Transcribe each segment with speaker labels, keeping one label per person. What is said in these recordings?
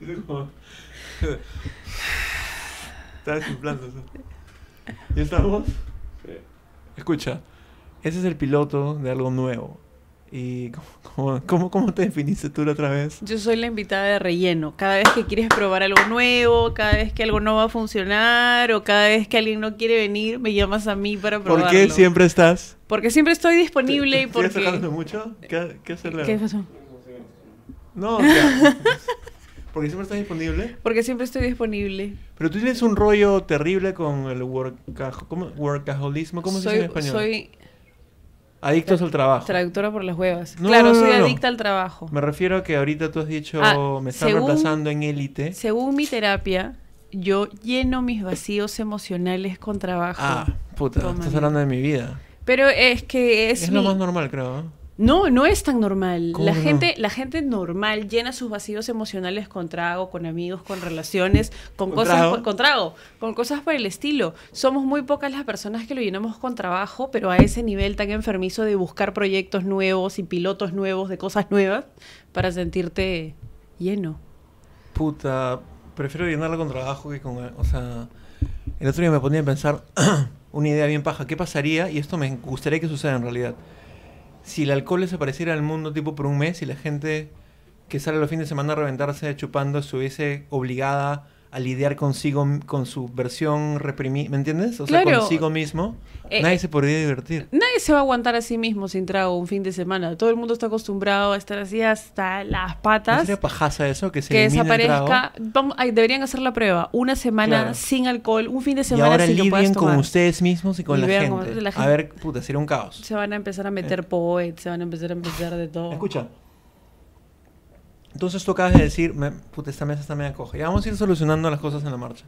Speaker 1: Hizo como... Estaba desinflándose. ¿Y esta voz?
Speaker 2: Sí.
Speaker 1: Escucha, ese es el piloto de algo nuevo. ¿Y cómo, cómo, cómo, cómo te definiste tú la otra vez?
Speaker 3: Yo soy la invitada de relleno. Cada vez que quieres probar algo nuevo, cada vez que algo no va a funcionar o cada vez que alguien no quiere venir, me llamas a mí para probarlo.
Speaker 1: ¿Por qué siempre estás?
Speaker 3: Porque siempre estoy disponible
Speaker 1: ¿Te-
Speaker 3: y
Speaker 1: te-
Speaker 3: porque...
Speaker 1: ¿Sigues tocando mucho? ¿Qué, qué hacerle?
Speaker 3: ¿Qué pasó?
Speaker 1: No, o sea, porque siempre estás disponible.
Speaker 3: Porque siempre estoy disponible.
Speaker 1: Pero tú tienes un rollo terrible con el workaho- ¿cómo? workaholismo. ¿Cómo se
Speaker 3: soy,
Speaker 1: dice en español?
Speaker 3: Soy
Speaker 1: Adictos al trabajo.
Speaker 3: traductora por las huevas.
Speaker 1: No,
Speaker 3: claro,
Speaker 1: no, no,
Speaker 3: soy
Speaker 1: no.
Speaker 3: adicta al trabajo.
Speaker 1: Me refiero a que ahorita tú has dicho,
Speaker 3: Ah,
Speaker 1: me están
Speaker 3: según-
Speaker 1: reemplazando en élite.
Speaker 3: Según mi terapia, yo lleno mis vacíos emocionales con trabajo.
Speaker 1: Ah, puta,
Speaker 3: Toma,
Speaker 1: estás
Speaker 3: mira.
Speaker 1: hablando de mi vida.
Speaker 3: Pero es que es,
Speaker 1: Es, lo
Speaker 3: mi-
Speaker 1: más normal, creo. ¿eh? ¿no?
Speaker 3: No, no es tan normal.
Speaker 1: ¿Cómo
Speaker 3: La
Speaker 1: que no?
Speaker 3: gente, la gente normal llena sus vacíos emocionales con trago, con amigos, con relaciones, con,
Speaker 1: ¿Con
Speaker 3: cosas
Speaker 1: trago?
Speaker 3: con trago, con cosas por el estilo. Somos muy pocas las personas que lo llenamos con trabajo, pero a ese nivel tan enfermizo de buscar proyectos nuevos y pilotos nuevos de cosas nuevas para sentirte lleno.
Speaker 1: Puta, prefiero llenarla con trabajo que con... O sea, el otro día me ponía a pensar una idea bien paja. ¿Qué pasaría? Y esto me gustaría que suceda en realidad. Si el alcohol desapareciera del mundo tipo por un mes y la gente que sale los fines de semana a reventarse chupando estuviese obligada a lidiar consigo, m- con su versión reprimida, ¿me entiendes? O sea,
Speaker 3: Claro.
Speaker 1: consigo mismo.
Speaker 3: Eh,
Speaker 1: nadie se podría divertir.
Speaker 3: Nadie se va a aguantar a sí mismo sin trago un fin de semana. Todo el mundo está acostumbrado a estar así hasta las
Speaker 1: ¿No
Speaker 3: patas.
Speaker 1: sería pajaza eso? Que se
Speaker 3: que
Speaker 1: elimine el trago?
Speaker 3: desaparezca. Vamos, ay, deberían hacer la prueba. Una semana
Speaker 1: Claro.
Speaker 3: sin alcohol, un fin de
Speaker 1: Y
Speaker 3: semana
Speaker 1: ahora
Speaker 3: sin que puedas
Speaker 1: lidien con
Speaker 3: tomar.
Speaker 1: ustedes mismos y con
Speaker 3: Y
Speaker 1: la
Speaker 3: vean cómo-
Speaker 1: gente.
Speaker 3: la
Speaker 1: A
Speaker 3: gente-
Speaker 1: ver, puta, sería un caos.
Speaker 3: Se van a empezar a meter poet, se van a empezar a empezar de todo.
Speaker 1: Eh. Escucha. Entonces tú acabas de decir, me- puta, esta mesa está media coja. Ya vamos a ir solucionando las cosas en la marcha.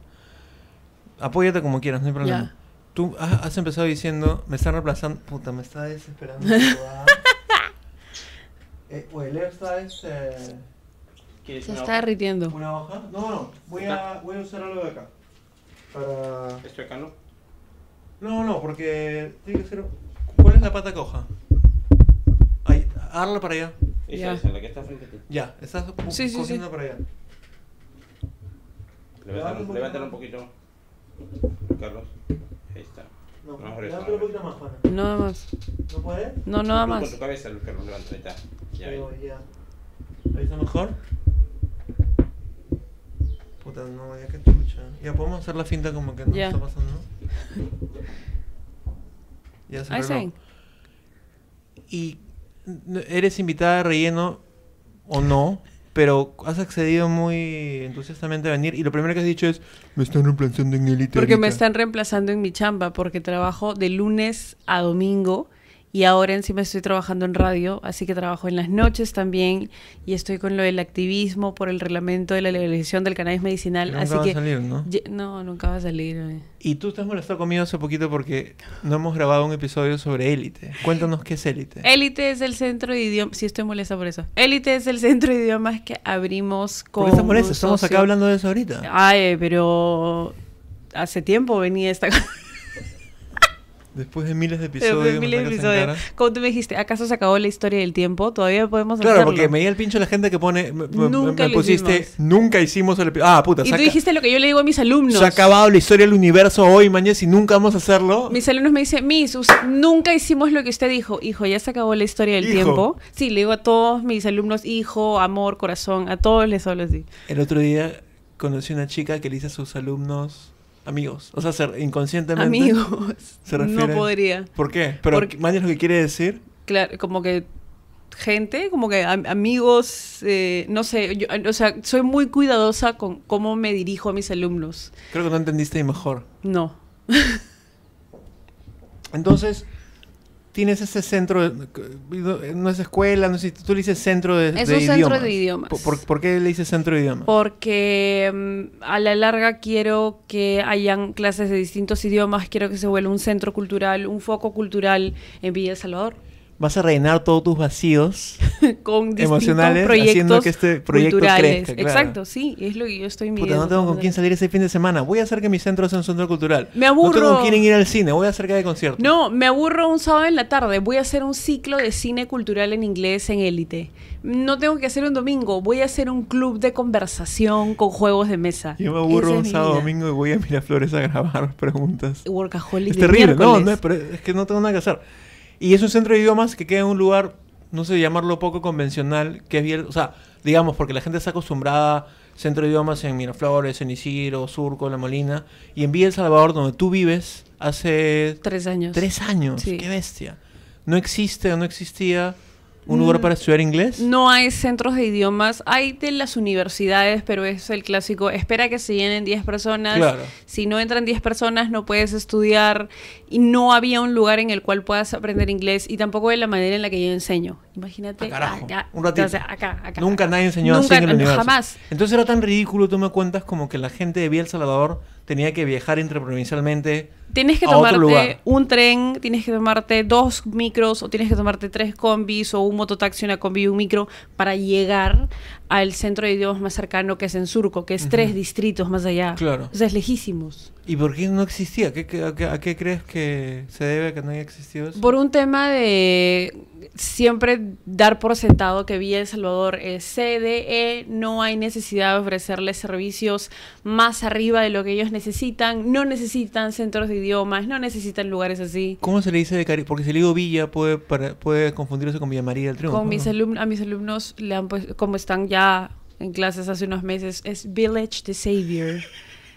Speaker 1: Apóyate como quieras, no hay problema.
Speaker 3: Ya.
Speaker 1: Tú ha- has empezado diciendo, me están reemplazando. Puta, me está desesperando. esta huevada. eh, oye, Leo está este,
Speaker 2: ¿Quieres
Speaker 3: Se
Speaker 2: una-
Speaker 3: está derritiendo.
Speaker 1: una hoja. No, no, voy a, voy a usar algo de acá. Para.
Speaker 2: ¿Esto acá no?
Speaker 1: No, no, porque tiene que ser. ¿Cuál es la pata coja? Ahí, hazla para allá.
Speaker 2: Esa,
Speaker 3: Ya.
Speaker 2: esa, la que está frente a ti.
Speaker 1: Ya, estás pu-
Speaker 3: Sí, sí, sí.
Speaker 1: cogiendo para allá.
Speaker 2: Levántala,
Speaker 1: Levántalo un
Speaker 2: levántala un poquito. Carlos. Ahí está.
Speaker 1: No,
Speaker 2: Vamos a
Speaker 1: no
Speaker 2: ver
Speaker 1: levántalo
Speaker 2: eso,
Speaker 1: un poquito
Speaker 2: a ver.
Speaker 1: más, Juana.
Speaker 3: No nada más.
Speaker 1: ¿No puede?
Speaker 3: No, nada
Speaker 2: Tú Con
Speaker 3: más.
Speaker 2: tu cabeza, Luis Carlos, levanta. Ahí está. Ya, ahí.
Speaker 1: Pero ya. ¿Ahí está mejor? Puta, no, ya que chucha. Ya podemos hacer la finta como que no
Speaker 3: Ya.
Speaker 1: está pasando. Ya se
Speaker 3: Ahí está
Speaker 1: arregló.
Speaker 3: bien.
Speaker 1: Y n- eres invitada de relleno o no, pero has accedido muy entusiastamente a venir y lo primero que has dicho es, me están reemplazando en élite.
Speaker 3: Porque
Speaker 1: E ahorita".
Speaker 3: me están reemplazando en mi chamba, porque trabajo de lunes a domingo y ahora encima estoy trabajando en radio, así que trabajo en las noches también y estoy con lo del activismo por el reglamento de la legalización del cannabis medicinal,
Speaker 1: Nunca
Speaker 3: así
Speaker 1: va a
Speaker 3: que
Speaker 1: salir, ¿no?
Speaker 3: Ye- No, nunca va a salir. eh.
Speaker 1: Y tú te has molestado conmigo hace poquito porque no hemos grabado un episodio sobre élite. Cuéntanos qué es élite.
Speaker 3: Élite es el centro de idiomas. Sí, estoy molesta por eso. Élite es el centro de idiomas que abrimos con.
Speaker 1: ¿Por qué estás molesta?
Speaker 3: un
Speaker 1: Estamos
Speaker 3: socio.
Speaker 1: acá hablando de eso ahorita.
Speaker 3: Ay, pero. Hace tiempo venía esta.
Speaker 1: Después de miles de episodios.
Speaker 3: Después de
Speaker 1: me
Speaker 3: miles de
Speaker 1: sacas en
Speaker 3: episodios. Como tú me dijiste, ¿acaso se acabó la historia del tiempo? Todavía podemos
Speaker 1: cara. Claro,
Speaker 3: hacerlo.
Speaker 1: porque me di el pincho la gente que pone. Me, me-
Speaker 3: Nunca
Speaker 1: me
Speaker 3: lo
Speaker 1: pusiste.
Speaker 3: hicimos.
Speaker 1: Nunca hicimos el episodio. Ah, puta.
Speaker 3: Y
Speaker 1: se
Speaker 3: tú
Speaker 1: aca-
Speaker 3: dijiste lo que yo le digo a mis alumnos.
Speaker 1: Se ha acabado la historia del universo hoy, mañana, y nunca vamos a hacerlo.
Speaker 3: Mis alumnos me dicen, Miss, us- nunca hicimos lo que usted dijo. Hijo, ya se acabó la historia del
Speaker 1: Hijo.
Speaker 3: tiempo. Sí, le digo a todos mis alumnos, hijo, amor, corazón, a todos les hablo así.
Speaker 1: El otro día conocí una chica que le dice a sus alumnos amigos. O sea, se- inconscientemente.
Speaker 3: Amigos.
Speaker 1: Se refiere.
Speaker 3: No podría.
Speaker 1: ¿Por qué? Pero
Speaker 3: Porque-
Speaker 1: mañana es lo que quiere decir.
Speaker 3: Claro, como que gente, como que am- amigos, eh, no sé, yo, o sea, soy muy cuidadosa con cómo me dirijo a mis alumnos.
Speaker 1: Creo que no entendiste y mejor.
Speaker 3: No.
Speaker 1: Entonces, tienes ese centro, de- no no es escuela, no es, instituto, tú le dices centro de,
Speaker 3: Es
Speaker 1: de
Speaker 3: un centro
Speaker 1: idiomas.
Speaker 3: de idiomas.
Speaker 1: ¿Por, por, por qué le dices centro de idiomas?
Speaker 3: Porque mm, a la larga quiero que hayan clases de distintos idiomas, quiero que se vuelva un centro cultural, un foco cultural en Villa El Salvador.
Speaker 1: vas a rellenar todos tus vacíos
Speaker 3: con distintos
Speaker 1: emocionales haciendo
Speaker 3: proyectos
Speaker 1: que este proyecto
Speaker 3: culturales.
Speaker 1: crezca. claro.
Speaker 3: Exacto, sí, es lo que yo estoy
Speaker 1: Puta,
Speaker 3: midiendo.
Speaker 1: no tengo con
Speaker 3: Entonces,
Speaker 1: quién salir ese fin de semana. Voy a hacer que mi centro sea un centro cultural.
Speaker 3: Me
Speaker 1: No tengo
Speaker 3: aburro.
Speaker 1: con quién ir al cine. Voy a hacer que haya conciertos.
Speaker 3: No, me aburro un sábado en la tarde. Voy a hacer un ciclo de cine cultural en inglés en élite. No tengo que hacer un domingo. Voy a hacer un club de conversación con juegos de mesa.
Speaker 1: Yo me aburro
Speaker 3: Esa es
Speaker 1: un
Speaker 3: mi
Speaker 1: sábado
Speaker 3: vida.
Speaker 1: domingo y voy a Miraflores a grabar preguntas.
Speaker 3: Workaholic
Speaker 1: Es
Speaker 3: de
Speaker 1: terrible. No,
Speaker 3: miércoles.
Speaker 1: no, pero es que no tengo nada que hacer. Y es un centro de idiomas que queda en un lugar, no sé, llamarlo poco convencional, que es bien, o sea, digamos, porque la gente está acostumbrada centro de idiomas en Miraflores, en Isidro, Surco, La Molina, y en Villa El Salvador, donde tú vives, hace
Speaker 3: Tres años.
Speaker 1: Tres años,
Speaker 3: Sí.
Speaker 1: qué bestia. ¿No existe o no existía un lugar para estudiar inglés?
Speaker 3: Mm. No hay centros de idiomas, hay de las universidades, pero es el clásico, espera que se llenen 10 personas,
Speaker 1: Claro.
Speaker 3: si no entran 10 personas no puedes estudiar y no había un lugar en el cual puedas aprender inglés y tampoco de la manera en la que yo enseño. Imagínate,
Speaker 1: Ah, carajo,
Speaker 3: acá,
Speaker 1: un ratito.
Speaker 3: entonces, acá, acá,
Speaker 1: Nunca
Speaker 3: acá.
Speaker 1: nadie enseñó
Speaker 3: Nunca,
Speaker 1: así en el universo.
Speaker 3: Jamás.
Speaker 1: Entonces era tan ridículo, tú me cuentas, como que la gente de Villa El Salvador tenía que viajar interprovincialmente.
Speaker 3: Tienes que
Speaker 1: a otro lugar.
Speaker 3: tomarte un tren, tienes que tomarte dos micros o tienes que tomarte tres combis o un mototaxi, una combi y un micro para llegar al centro de idiomas más cercano que es en Surco, que es tres distritos más allá.
Speaker 1: Claro.
Speaker 3: O sea, es lejísimos.
Speaker 1: ¿Y por qué no existía? ¿Qué- qué- a, qué, a qué crees que se debe que no haya existido eso?
Speaker 3: Por un tema de siempre dar por sentado que Villa El Salvador es CDE, no hay necesidad de ofrecerles servicios más arriba de lo que ellos necesitan, no necesitan centros de idiomas, no necesitan lugares así.
Speaker 1: ¿Cómo se le dice de cari Porque si le digo Villa puede, para- puede confundirse con Villa María del Triunfo.
Speaker 3: Con mis
Speaker 1: ¿no?
Speaker 3: alum- a mis alumnos, le han pues- como están ya en clases hace unos meses, es Village the Savior.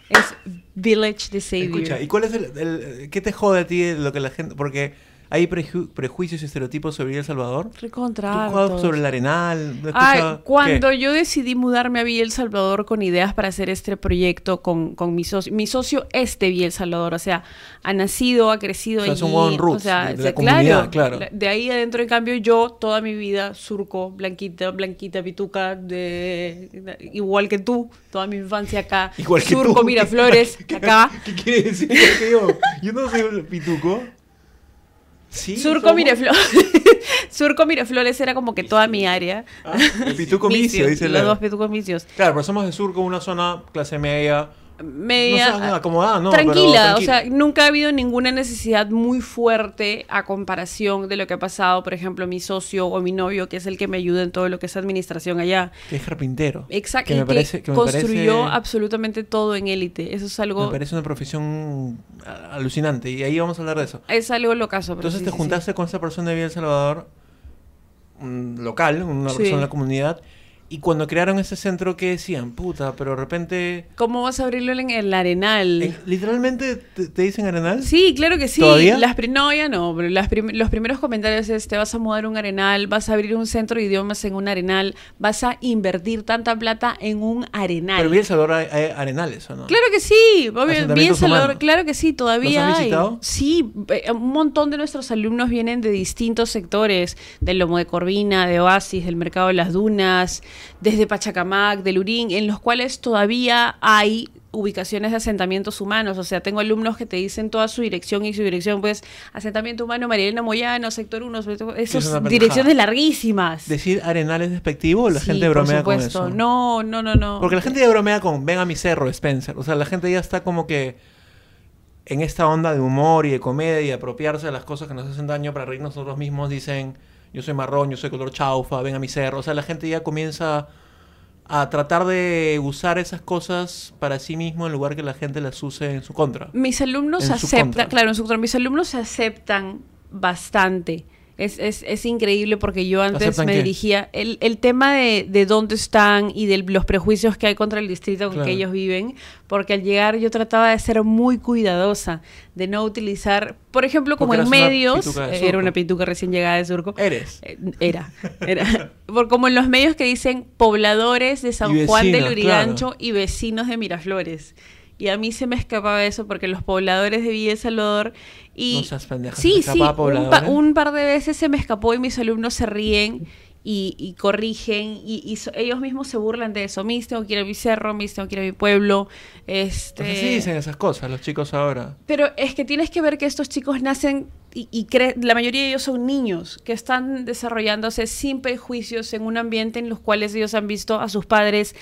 Speaker 3: Es Village the Savior.
Speaker 1: Escucha, ¿y cuál es el, el- qué te jode a ti de lo que la gente porque hay preju- prejuicios y estereotipos sobre El Salvador? ¿Tú
Speaker 3: Recontra
Speaker 1: jugabas
Speaker 3: hartos.
Speaker 1: sobre el Arenal? ¿No
Speaker 3: Ay,
Speaker 1: escuchaba-
Speaker 3: cuando
Speaker 1: qué?
Speaker 3: yo decidí mudarme a Villa El Salvador con ideas para hacer este proyecto con, con mi socio, mi socio es de Villa El Salvador, o sea, ha nacido, ha crecido
Speaker 1: O sea,
Speaker 3: allí,
Speaker 1: es un huevón roots, de- de la comunidad, claro.
Speaker 3: la- de ahí adentro, en cambio, yo toda mi vida surco, blanquita, blanquita, pituca, de, de- igual que tú, toda mi infancia acá,
Speaker 1: Igual que
Speaker 3: surco,
Speaker 1: tú.
Speaker 3: Miraflores,
Speaker 1: ¿Qué-
Speaker 3: acá.
Speaker 1: ¿Qué quiere decir? Igual que yo. Yo no soy pituco. Sí.
Speaker 3: Surco
Speaker 1: somos-
Speaker 3: Miraflores. Surco Miraflores era como que toda mi área.
Speaker 1: Ah, el pituco micio, dice
Speaker 3: Los
Speaker 1: la-
Speaker 3: dos pitucos micios.
Speaker 1: Claro, pero somos de surco, una zona clase media.
Speaker 3: media
Speaker 1: No seas acomodada, no,
Speaker 3: tranquila,
Speaker 1: pero
Speaker 3: o sea,
Speaker 1: tranquila.
Speaker 3: nunca ha habido ninguna necesidad muy fuerte a comparación de lo que ha pasado, por ejemplo, mi socio o mi novio, que es el que me ayuda en todo lo que es administración allá.
Speaker 1: Que es carpintero.
Speaker 3: Exacto,
Speaker 1: Que
Speaker 3: y
Speaker 1: me
Speaker 3: que
Speaker 1: parece. Que me
Speaker 3: construyó
Speaker 1: parece-
Speaker 3: absolutamente todo en élite. Eso es
Speaker 1: Me
Speaker 3: algo
Speaker 1: parece una profesión a- alucinante. Y ahí vamos a hablar de eso.
Speaker 3: es algo locazo. pero
Speaker 1: Entonces
Speaker 3: sí,
Speaker 1: te
Speaker 3: sí, sí.
Speaker 1: juntaste con esa persona de Villa El Salvador, un local, una
Speaker 3: Sí.
Speaker 1: persona de la comunidad. Y cuando crearon ese centro, ¿qué decían? Puta, pero de repente.
Speaker 3: ¿Cómo vas a abrirlo en el Arenal?
Speaker 1: eh, ¿Literalmente te, te dicen Arenal?
Speaker 3: Sí, claro que sí.
Speaker 1: ¿Todavía?
Speaker 3: Las pri- no, ya no. pero las prim- los primeros comentarios es, te vas a mudar a un arenal, vas a abrir un centro de idiomas en un arenal, vas a invertir tanta plata en un arenal.
Speaker 1: Pero en Villa El Salvador hay, hay arenales, ¿o no?
Speaker 3: Claro que sí, obvio,
Speaker 1: Asentamientos
Speaker 3: bien Salvador,
Speaker 1: humanos.
Speaker 3: claro que sí,
Speaker 1: ¿Los
Speaker 3: todavía
Speaker 1: han
Speaker 3: hay.
Speaker 1: visitado?
Speaker 3: Sí, eh, un montón de nuestros alumnos vienen de distintos sectores, del Lomo de Corvina, de Oasis, del Mercado de las Dunas, desde Pachacamac, del Urín, en los cuales todavía hay ubicaciones de asentamientos humanos, o sea, tengo alumnos que te dicen toda su dirección y su dirección, pues, asentamiento humano, Marielena Moyano, sector 1,
Speaker 1: Es una
Speaker 3: esas
Speaker 1: pendejada.
Speaker 3: direcciones larguísimas.
Speaker 1: ¿Decir arenales despectivo o la
Speaker 3: Sí,
Speaker 1: gente bromea
Speaker 3: por
Speaker 1: con
Speaker 3: supuesto.
Speaker 1: eso?
Speaker 3: No, no, no, no.
Speaker 1: Porque la gente ya bromea con ven a mi cerro, Spencer. O sea, la gente ya está como que en esta onda de humor y de comedia y de apropiarse de las cosas que nos hacen daño para reír nosotros mismos. Dicen, yo soy marrón, yo soy color chaufa, ven a mi cerro. O sea, la gente ya comienza a tratar de usar esas cosas para sí mismo en lugar que la gente las use en su contra.
Speaker 3: Mis alumnos
Speaker 1: En su
Speaker 3: aceptan,
Speaker 1: contra.
Speaker 3: claro, en su contra, mis alumnos se aceptan bastante. Es, es, es increíble porque yo antes
Speaker 1: ¿Aceptan
Speaker 3: me
Speaker 1: qué?
Speaker 3: dirigía. El, el tema de, de dónde están y de los prejuicios que hay contra el distrito con
Speaker 1: Claro.
Speaker 3: que ellos viven, porque al llegar yo trataba de ser muy cuidadosa, de no utilizar, por ejemplo, como
Speaker 1: Porque
Speaker 3: en
Speaker 1: eras una
Speaker 3: medios,
Speaker 1: pituca de
Speaker 3: eh, era
Speaker 1: surco.
Speaker 3: una pituca recién llegada de surco.
Speaker 1: Eres.
Speaker 3: Eh, Era, era. Por como en los medios que dicen pobladores de San
Speaker 1: Y
Speaker 3: Juan del
Speaker 1: vecinos,
Speaker 3: Lurigancho
Speaker 1: claro.
Speaker 3: y vecinos de Miraflores. Y a mí se me escapaba eso porque los pobladores de Villa El Salvador y...
Speaker 1: No seas pendeja,
Speaker 3: sí,
Speaker 1: ¿se te
Speaker 3: sí,
Speaker 1: escapaba
Speaker 3: un, pa-
Speaker 1: pobladores?
Speaker 3: un par de veces se me escapó y mis alumnos se ríen y, y corrigen y, y so- ellos mismos se burlan de eso. Mis, tengo que ir a mi cerro, mis, tengo que ir a mi pueblo. Este...
Speaker 1: Entonces sí dicen esas cosas los chicos ahora.
Speaker 3: Pero es que tienes que ver que estos chicos nacen y, y cre- la mayoría de ellos son niños que están desarrollándose sin prejuicios en un ambiente en los cuales ellos han visto a sus padres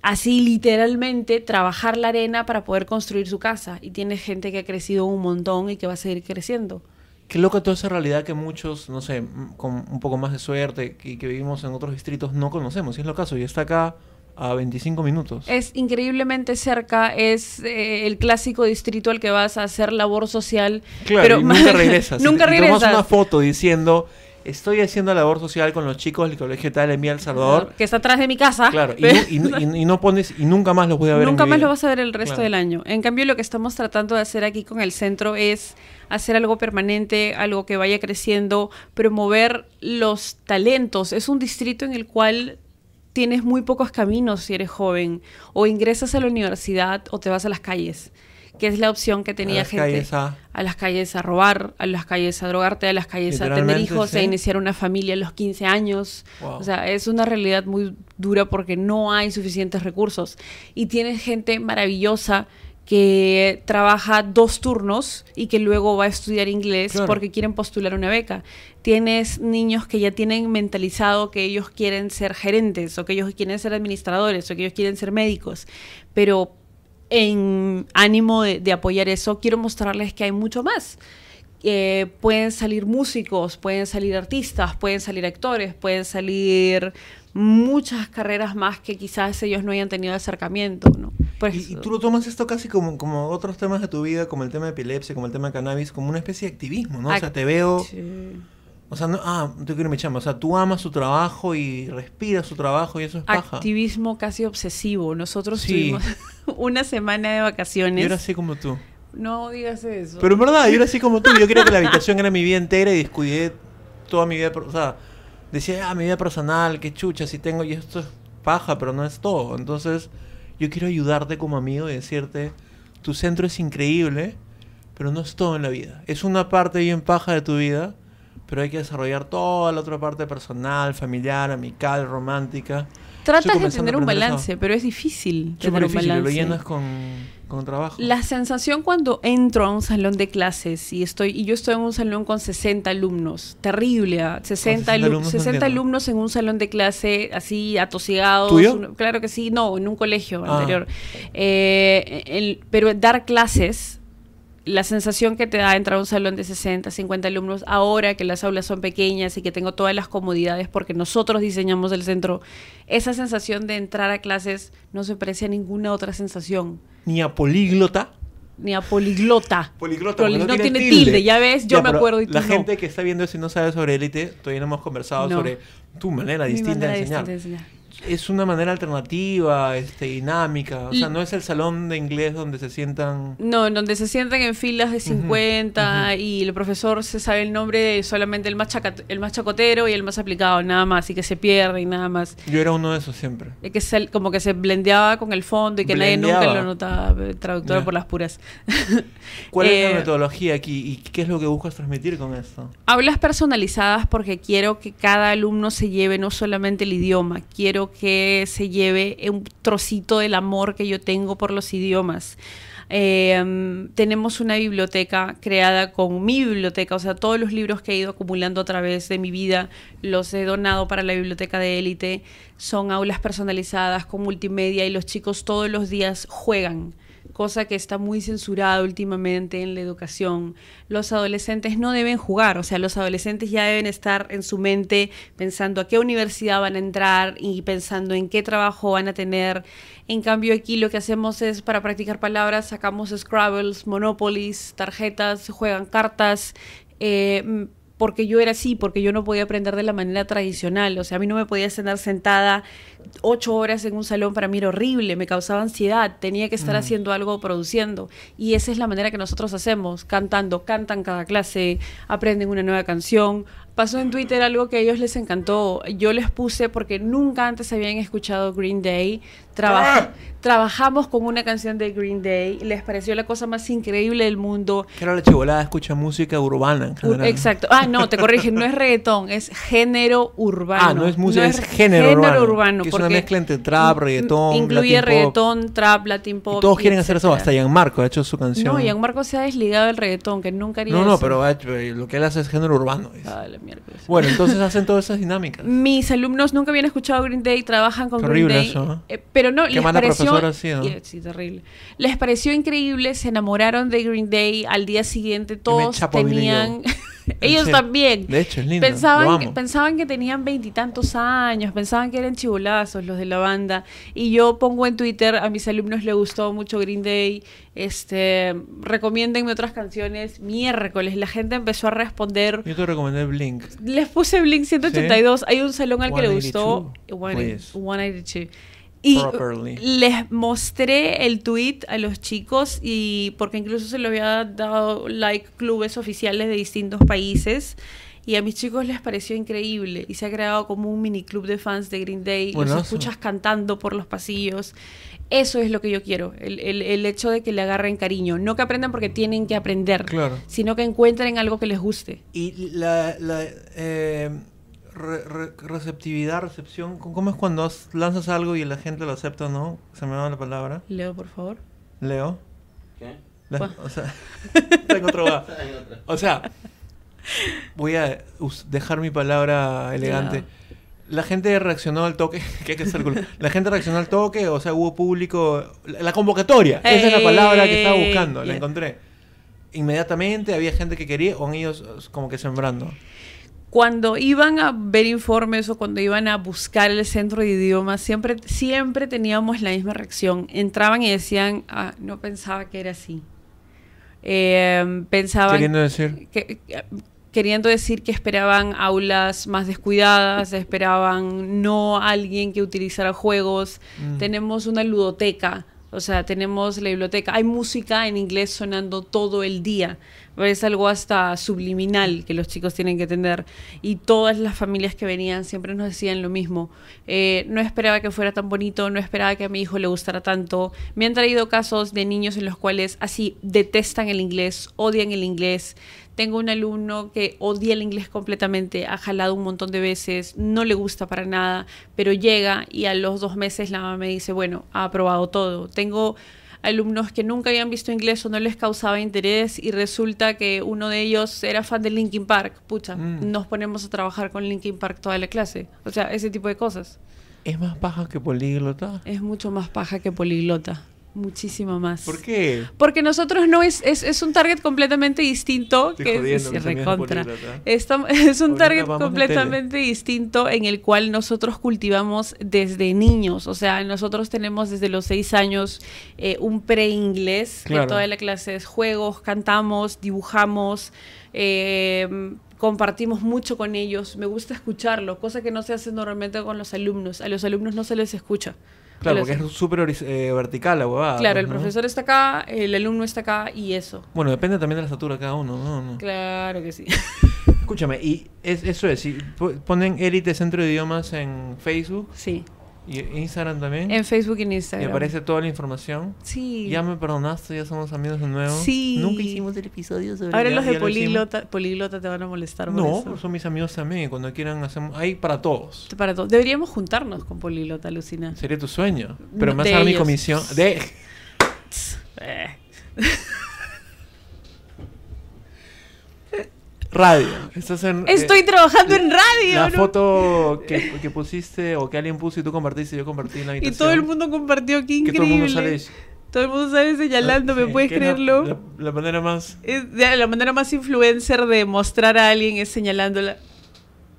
Speaker 3: así literalmente trabajar la arena para poder construir su casa. Y tiene gente que ha crecido un montón y que va a seguir creciendo.
Speaker 1: Qué loca toda esa realidad que muchos, no sé, m- con un poco más de suerte y que vivimos en otros distritos no conocemos. Y es lo caso, y está acá a 25 minutos.
Speaker 3: Es increíblemente cerca, es eh, el clásico distrito al que vas a hacer labor social.
Speaker 1: claro,
Speaker 3: pero
Speaker 1: y nunca regresas.
Speaker 3: nunca
Speaker 1: Y te- y tomas
Speaker 3: regresas.
Speaker 1: una foto diciendo, estoy haciendo labor social con los chicos del colegio tal en Vía El Salvador.
Speaker 3: Que está atrás de mi casa.
Speaker 1: Claro, y,
Speaker 3: Ah, Pero-
Speaker 1: nu- y nu- y- y no pones, y nunca más los voy a ver. en
Speaker 3: Nunca
Speaker 1: mi
Speaker 3: más
Speaker 1: vida.
Speaker 3: lo vas a ver el resto
Speaker 1: Claro.
Speaker 3: del año. En cambio, lo que estamos tratando de hacer aquí con el centro es hacer algo permanente, algo que vaya creciendo, promover los talentos. Es un distrito en el cual tienes muy pocos caminos si eres joven. O ingresas a la universidad o te vas a las calles, que es la opción que tenía
Speaker 1: las
Speaker 3: gente.
Speaker 1: calles a-
Speaker 3: a las calles a robar, a las calles a drogarte, a las calles a tener
Speaker 1: Literalmente,
Speaker 3: hijos, a
Speaker 1: sí.
Speaker 3: iniciar una familia a los 15 años.
Speaker 1: Wow.
Speaker 3: O sea, sea, es una realidad muy dura porque no hay suficientes recursos. Y tienes gente maravillosa que trabaja dos turnos y que luego va a estudiar inglés
Speaker 1: Claro.
Speaker 3: porque quieren postular una beca. Tienes niños que ya tienen mentalizado que ellos quieren ser gerentes o que ellos quieren ser administradores o que ellos quieren ser médicos. Pero en ánimo de, de apoyar eso, quiero mostrarles que hay mucho más. Eh, pueden salir músicos, pueden salir artistas, pueden salir actores, pueden salir muchas carreras más que quizás ellos no hayan tenido acercamiento, ¿no? Por
Speaker 1: Y, y
Speaker 3: eso-
Speaker 1: tú lo tomas esto casi como, como otros temas de tu vida, como el tema de epilepsia, como el tema de cannabis, como una especie de activismo, ¿no? O sea,
Speaker 3: Ac-
Speaker 1: te veo...
Speaker 3: Sí.
Speaker 1: O sea, no, ah, yo quiero mi chamba. O sea, tú amas su trabajo y respiras su trabajo y eso es paja.
Speaker 3: Activismo casi obsesivo. Nosotros
Speaker 1: Sí.
Speaker 3: tuvimos una semana de
Speaker 1: Yo
Speaker 3: vacaciones.
Speaker 1: era así como tú.
Speaker 3: No digas eso.
Speaker 1: Pero en verdad, yo era así como tú. Yo creía que la habitación era mi vida entera y descuidé toda mi vida. per- O sea, decía, ah, mi vida personal, qué chucha, si tengo. Y esto es paja, pero no es todo. Entonces, yo quiero ayudarte como amigo y decirte: tu centro es increíble, pero no es todo en la vida. Es una parte bien paja de tu vida, pero hay que desarrollar toda la otra parte personal, familiar, amical, romántica. Estoy
Speaker 3: Tratas de
Speaker 1: comenzando
Speaker 3: tener
Speaker 1: a
Speaker 3: un
Speaker 1: aprender eso.
Speaker 3: balance, pero es difícil
Speaker 1: Súper
Speaker 3: tener un
Speaker 1: difícil,
Speaker 3: balance.
Speaker 1: lo llenas con, con trabajo.
Speaker 3: La sensación cuando entro a un salón de clases y estoy y yo estoy en un salón con 60 alumnos, terrible, ¿ah?
Speaker 1: 60
Speaker 3: 60, alu-
Speaker 1: alumnos, no
Speaker 3: 60
Speaker 1: entiendo.
Speaker 3: alumnos en un salón de clase así atosigados,
Speaker 1: ¿Tuyo?
Speaker 3: uno- claro que sí, no, en un colegio
Speaker 1: Ah.
Speaker 3: anterior. Eh, el- pero dar clases la sensación que te da entrar a un salón de 60, 50 alumnos, ahora que las aulas son pequeñas y que tengo todas las comodidades porque nosotros diseñamos el centro, esa sensación de entrar a clases no se parece a ninguna otra sensación
Speaker 1: Ni a políglota.
Speaker 3: ni a poliglota.
Speaker 1: Poliglota,
Speaker 3: Poli-
Speaker 1: porque
Speaker 3: no tiene tilde. ya ves, yo
Speaker 1: Ya,
Speaker 3: me
Speaker 1: pero
Speaker 3: acuerdo y tú
Speaker 1: La
Speaker 3: no.
Speaker 1: gente que está viendo eso y no sabe sobre élite, todavía no hemos conversado
Speaker 3: No.
Speaker 1: sobre tu manera
Speaker 3: Mi
Speaker 1: distinta
Speaker 3: manera
Speaker 1: de enseñar.
Speaker 3: distinta de enseñar.
Speaker 1: Es una manera alternativa, este, dinámica. O sea,
Speaker 3: Y-
Speaker 1: no es el salón de inglés donde se sientan.
Speaker 3: No, en donde se sientan en filas de 50 y el profesor se sabe el nombre de solamente el más, chacat- el más chacotero y el más aplicado, nada más, y que se pierde y nada más.
Speaker 1: Yo era uno de esos siempre.
Speaker 3: Y que se- como que se blendeaba con el fondo y que nadie nunca
Speaker 1: Blendeaba.
Speaker 3: lo notaba, eh, traductora
Speaker 1: Ya.
Speaker 3: por las puras.
Speaker 1: ¿Cuál es
Speaker 3: Eh,
Speaker 1: la metodología aquí y qué es lo que buscas transmitir con esto?
Speaker 3: Hablas personalizadas porque quiero que cada alumno se lleve no solamente el idioma, quiero que se lleve un trocito del amor que yo tengo por los idiomas. Eh, mm, tenemos una biblioteca creada con mi biblioteca, o sea, todos los libros que he ido acumulando a través de mi vida los he donado para la biblioteca de élite. Son aulas personalizadas con multimedia y los chicos todos los días juegan cosa que está muy censurada últimamente en la educación. Los adolescentes no deben jugar, o sea, los adolescentes ya deben estar en su mente pensando a qué universidad van a entrar y pensando en qué trabajo van a tener. En cambio, aquí lo que hacemos es, para practicar palabras, sacamos Scrabbles, Monopolies, tarjetas, juegan cartas. eh, m- porque yo era así, porque yo no podía aprender de la manera tradicional. O sea, a mí no me podía cenar sentada ocho horas en un salón, para mí era horrible, me causaba ansiedad, tenía que estar haciendo algo, produciendo. Y esa es la manera que nosotros hacemos, cantando, cantan cada clase, aprenden una nueva canción, pasó en Twitter algo que a ellos les encantó. Yo les puse porque nunca antes habían escuchado Green Day. Traba- Trabajamos con una canción de Green Day. Les pareció la cosa más increíble del mundo.
Speaker 1: Claro, la chivolada escucha música urbana. en
Speaker 3: Ur-
Speaker 1: general.
Speaker 3: Exacto. Ah, no, te corrigen, no es reggaetón, es género urbano.
Speaker 1: Ah, no es música, es género urbano, que es una
Speaker 3: porque
Speaker 1: mezcla entre trap,
Speaker 3: in-
Speaker 1: reggaetón,
Speaker 3: Incluye
Speaker 1: latin pop.
Speaker 3: reggaetón, trap, latin pop.
Speaker 1: Y todos
Speaker 3: y
Speaker 1: quieren hacer eso.
Speaker 3: etcétera.
Speaker 1: Hasta Gianmarco ha hecho su canción.
Speaker 3: No, Gianmarco se ha desligado del reggaetón, que nunca haría
Speaker 1: No, no,
Speaker 3: eso.
Speaker 1: pero ha hecho- eh, lo que él hace es género urbano. dice.
Speaker 3: Ah, la miércoles.
Speaker 1: Bueno, entonces hacen todas esas dinámicas.
Speaker 3: Mis alumnos nunca habían escuchado Green Day, trabajan con
Speaker 1: Qué horrible
Speaker 3: Green Day.
Speaker 1: eso, ¿no?
Speaker 3: eh, pero no,
Speaker 1: Qué
Speaker 3: les
Speaker 1: mala
Speaker 3: pareció.
Speaker 1: profesora ha sido.
Speaker 3: y- sí, terrible. Les pareció increíble, se enamoraron de Green Day. Al día siguiente todos
Speaker 1: chapo a Billy
Speaker 3: tenían. Ellos
Speaker 1: Sí.
Speaker 3: también.
Speaker 1: De hecho, es lindo. lo
Speaker 3: Pensaban que,
Speaker 1: amo.
Speaker 3: pensaban que tenían veintitantos años, pensaban que eran chibolazos los de la banda. Y yo pongo en Twitter, a mis alumnos le gustó mucho Green Day, este, recomiéndenme otras canciones. Miércoles, la gente empezó a responder.
Speaker 1: Yo te recomendé Blink.
Speaker 3: Les puse Blink 182, hay un salón al que le gustó.
Speaker 1: 182, pues.
Speaker 3: 182. Y
Speaker 1: Properly.
Speaker 3: les mostré el tweet a los chicos y porque incluso se lo había dado like clubes oficiales de distintos países y a mis chicos les pareció increíble y se ha creado como un mini club de fans de Green Day.
Speaker 1: Buenazo.
Speaker 3: Los escuchas cantando por los pasillos. Eso es lo que yo quiero, el, el- el hecho de que le agarren cariño. No que aprendan porque tienen que aprender,
Speaker 1: Claro.
Speaker 3: sino que encuentren algo que les guste.
Speaker 1: Y la, la, eh, re- re- receptividad, recepción, ¿cómo cómo es cuando has- lanzas algo y la gente lo acepta o no? Se me va la palabra.
Speaker 3: Leo, por favor.
Speaker 1: Leo.
Speaker 2: ¿Qué?
Speaker 1: La-
Speaker 3: Bueno.
Speaker 1: o sea, tengo otro va.
Speaker 2: Está en otra.
Speaker 1: O sea, voy a us- dejar mi palabra elegante.
Speaker 3: Ya.
Speaker 1: La gente reaccionó al toque. que hay que hacer culo. La gente reaccionó al toque, o sea, hubo público. La, la convocatoria, esa es la palabra que estaba buscando,
Speaker 3: Ey, ya.
Speaker 1: la encontré. Inmediatamente había gente que quería, o en ellos eh, como que sembrando.
Speaker 3: cuando iban a ver informes o cuando iban a buscar el centro de idiomas, siempre, siempre teníamos la misma reacción. Entraban y decían, "Ah, no pensaba que era así. Eh, pensaban
Speaker 1: Queriendo decir.
Speaker 3: que- que- queriendo decir que esperaban aulas más descuidadas, esperaban no alguien que utilizara juegos.
Speaker 1: Mm.
Speaker 3: Tenemos una ludoteca, o sea, tenemos la biblioteca. Hay música en inglés sonando todo el día. Es algo hasta subliminal que los chicos tienen que tener. Y todas las familias que venían siempre nos decían lo mismo. Eh, no esperaba que fuera tan bonito, no esperaba que a mi hijo le gustara tanto. Me han traído casos de niños en los cuales así detestan el inglés, odian el inglés. Tengo un alumno que odia el inglés completamente, ha jalado un montón de veces, no le gusta para nada, pero llega y a los dos meses la mamá me dice, bueno, ha aprobado todo. Tengo alumnos que nunca habían visto inglés o no les causaba interés y resulta que uno de ellos era fan de Linkin Park. Pucha,
Speaker 1: Mm.
Speaker 3: nos ponemos a trabajar con Linkin Park toda la clase. O sea, ese tipo de cosas.
Speaker 1: Es más paja que políglota.
Speaker 3: Es mucho más paja que poliglota, muchísimo más.
Speaker 1: ¿Por qué?
Speaker 3: Porque nosotros no es, es, es un target completamente distinto.
Speaker 1: Estoy
Speaker 3: que es-
Speaker 1: jodiendo,
Speaker 3: es
Speaker 1: mis amigos
Speaker 3: recontra.
Speaker 1: políglotas.
Speaker 3: Estam- es un
Speaker 1: Ahorita
Speaker 3: target
Speaker 1: vamos a
Speaker 3: completamente distinto en el cual nosotros cultivamos desde niños. O sea, nosotros tenemos desde los seis años eh, un pre-inglés,
Speaker 1: Claro.
Speaker 3: que toda la clase es juegos, cantamos, dibujamos. eh, compartimos mucho con ellos, me gusta escucharlo, cosa que no se hace normalmente con los alumnos. A los alumnos no se les escucha. A
Speaker 1: Claro,
Speaker 3: los-
Speaker 1: porque es súper horiz- eh, vertical la huevada.
Speaker 3: Claro,
Speaker 1: pues,
Speaker 3: el
Speaker 1: ¿no?
Speaker 3: profesor está acá, el alumno está acá y eso.
Speaker 1: Bueno, depende también de la estatura de cada uno, ¿no? no.
Speaker 3: Claro que sí.
Speaker 1: Escúchame, y es, eso es, si po- ponen Élite Centro de Idiomas en Facebook
Speaker 3: Sí.
Speaker 1: y en Instagram también,
Speaker 3: En Facebook y en
Speaker 1: y
Speaker 3: Instagram.
Speaker 1: aparece toda la información.
Speaker 3: Sí.
Speaker 1: Ya me perdonaste, ya somos amigos de nuevo.
Speaker 3: Sí.
Speaker 1: Nunca hicimos el episodio sobre
Speaker 3: Ahora
Speaker 1: ya-
Speaker 3: los
Speaker 1: ya
Speaker 3: de
Speaker 1: lo hicimos.
Speaker 3: políglota, políglota te van a molestar. por
Speaker 1: No,
Speaker 3: eso.
Speaker 1: son mis amigos también, y cuando quieran hacemos... Hay para todos.
Speaker 3: Para todo. Deberíamos juntarnos con políglota, Lucina.
Speaker 1: Sería tu sueño, pero
Speaker 3: No,
Speaker 1: más
Speaker 3: de
Speaker 1: a mi
Speaker 3: ellos.
Speaker 1: comisión... De...
Speaker 3: Eh,
Speaker 1: Radio. Estás en... eh,
Speaker 3: Estoy trabajando en radio.
Speaker 1: La
Speaker 3: ¿no?
Speaker 1: foto que, que pusiste o que alguien puso y tú compartiste y yo compartí en la
Speaker 3: Y
Speaker 1: habitación.
Speaker 3: todo el mundo compartió, qué
Speaker 1: Que
Speaker 3: increíble.
Speaker 1: todo el mundo sale "Ah,
Speaker 3: Todo el mundo sale señalando, ¿me
Speaker 1: Sí,
Speaker 3: puedes
Speaker 1: que es la-
Speaker 3: creerlo?
Speaker 1: La, la manera más...
Speaker 3: Es de- la manera más influencer de mostrar a alguien es señalándola.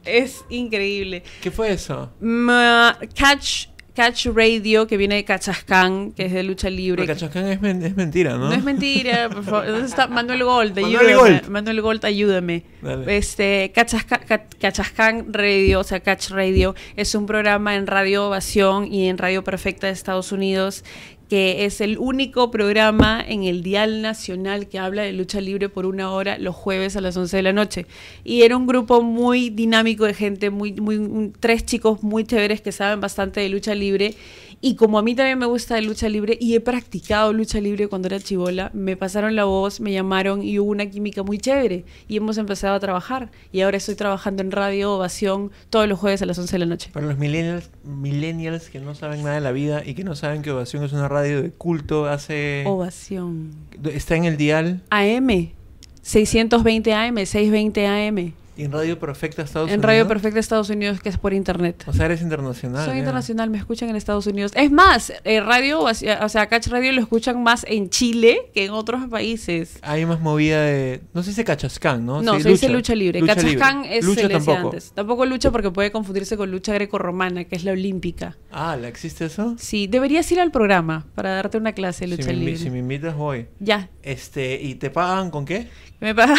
Speaker 3: Es increíble.
Speaker 1: ¿Qué fue eso?
Speaker 3: Ma- Catch, Catch Radio, que viene de Cachascán, que es de lucha libre.
Speaker 1: Porque Cachascán es, men- es mentira, ¿no?
Speaker 3: No es mentira, por favor. ¿Dónde está Manuel Gold?
Speaker 1: Manuel
Speaker 3: Ayúdame.
Speaker 1: Gold.
Speaker 3: Manuel Gold, ayúdame.
Speaker 1: Dale.
Speaker 3: Este, Cachasca- Ca- Cachascán Radio, o sea, Catch Radio, es un programa en Radio Ovación y en Radio Perfecta de Estados Unidos que es el único programa en el Dial Nacional que habla de lucha libre por una hora los jueves a las 11 de la noche. Y era un grupo muy dinámico de gente, muy, muy, un- tres chicos muy chéveres que saben bastante de lucha libre. Y como a mí también me gusta de lucha libre y he practicado lucha libre cuando era chivola, me pasaron la voz, me llamaron y hubo una química muy chévere. Y hemos empezado a trabajar. Y ahora estoy trabajando en Radio Ovación todos los jueves a las 11 de la noche.
Speaker 1: Para los millennials, millennials que no saben nada de la vida y que no saben que Ovación es una radio de culto, hace
Speaker 3: Ovación.
Speaker 1: está en el dial
Speaker 3: AM. 620 AM, 620 AM.
Speaker 1: y en Radio Perfecta Estados
Speaker 3: En
Speaker 1: Unidos.
Speaker 3: Radio Perfecta Estados Unidos, que es por internet.
Speaker 1: O sea, eres internacional.
Speaker 3: Soy
Speaker 1: ya.
Speaker 3: internacional, me escuchan en Estados Unidos. Es más, eh, radio, o sea, o sea, Catch Radio lo escuchan más en Chile que en otros países.
Speaker 1: Hay más movida de. No se dice cachascán, ¿no?
Speaker 3: No, se dice lucha libre. Cachascán es
Speaker 1: lucha
Speaker 3: se le decía
Speaker 1: tampoco.
Speaker 3: antes. Tampoco lucha porque puede confundirse con lucha grecorromana, que es la olímpica.
Speaker 1: Ah, ¿la existe eso?
Speaker 3: Sí, deberías ir al programa para darte una clase
Speaker 1: Si
Speaker 3: de lucha
Speaker 1: me, invi-
Speaker 3: libre.
Speaker 1: si me invitas, voy.
Speaker 3: Ya,
Speaker 1: Este, ¿y te pagan con qué?
Speaker 3: me paga.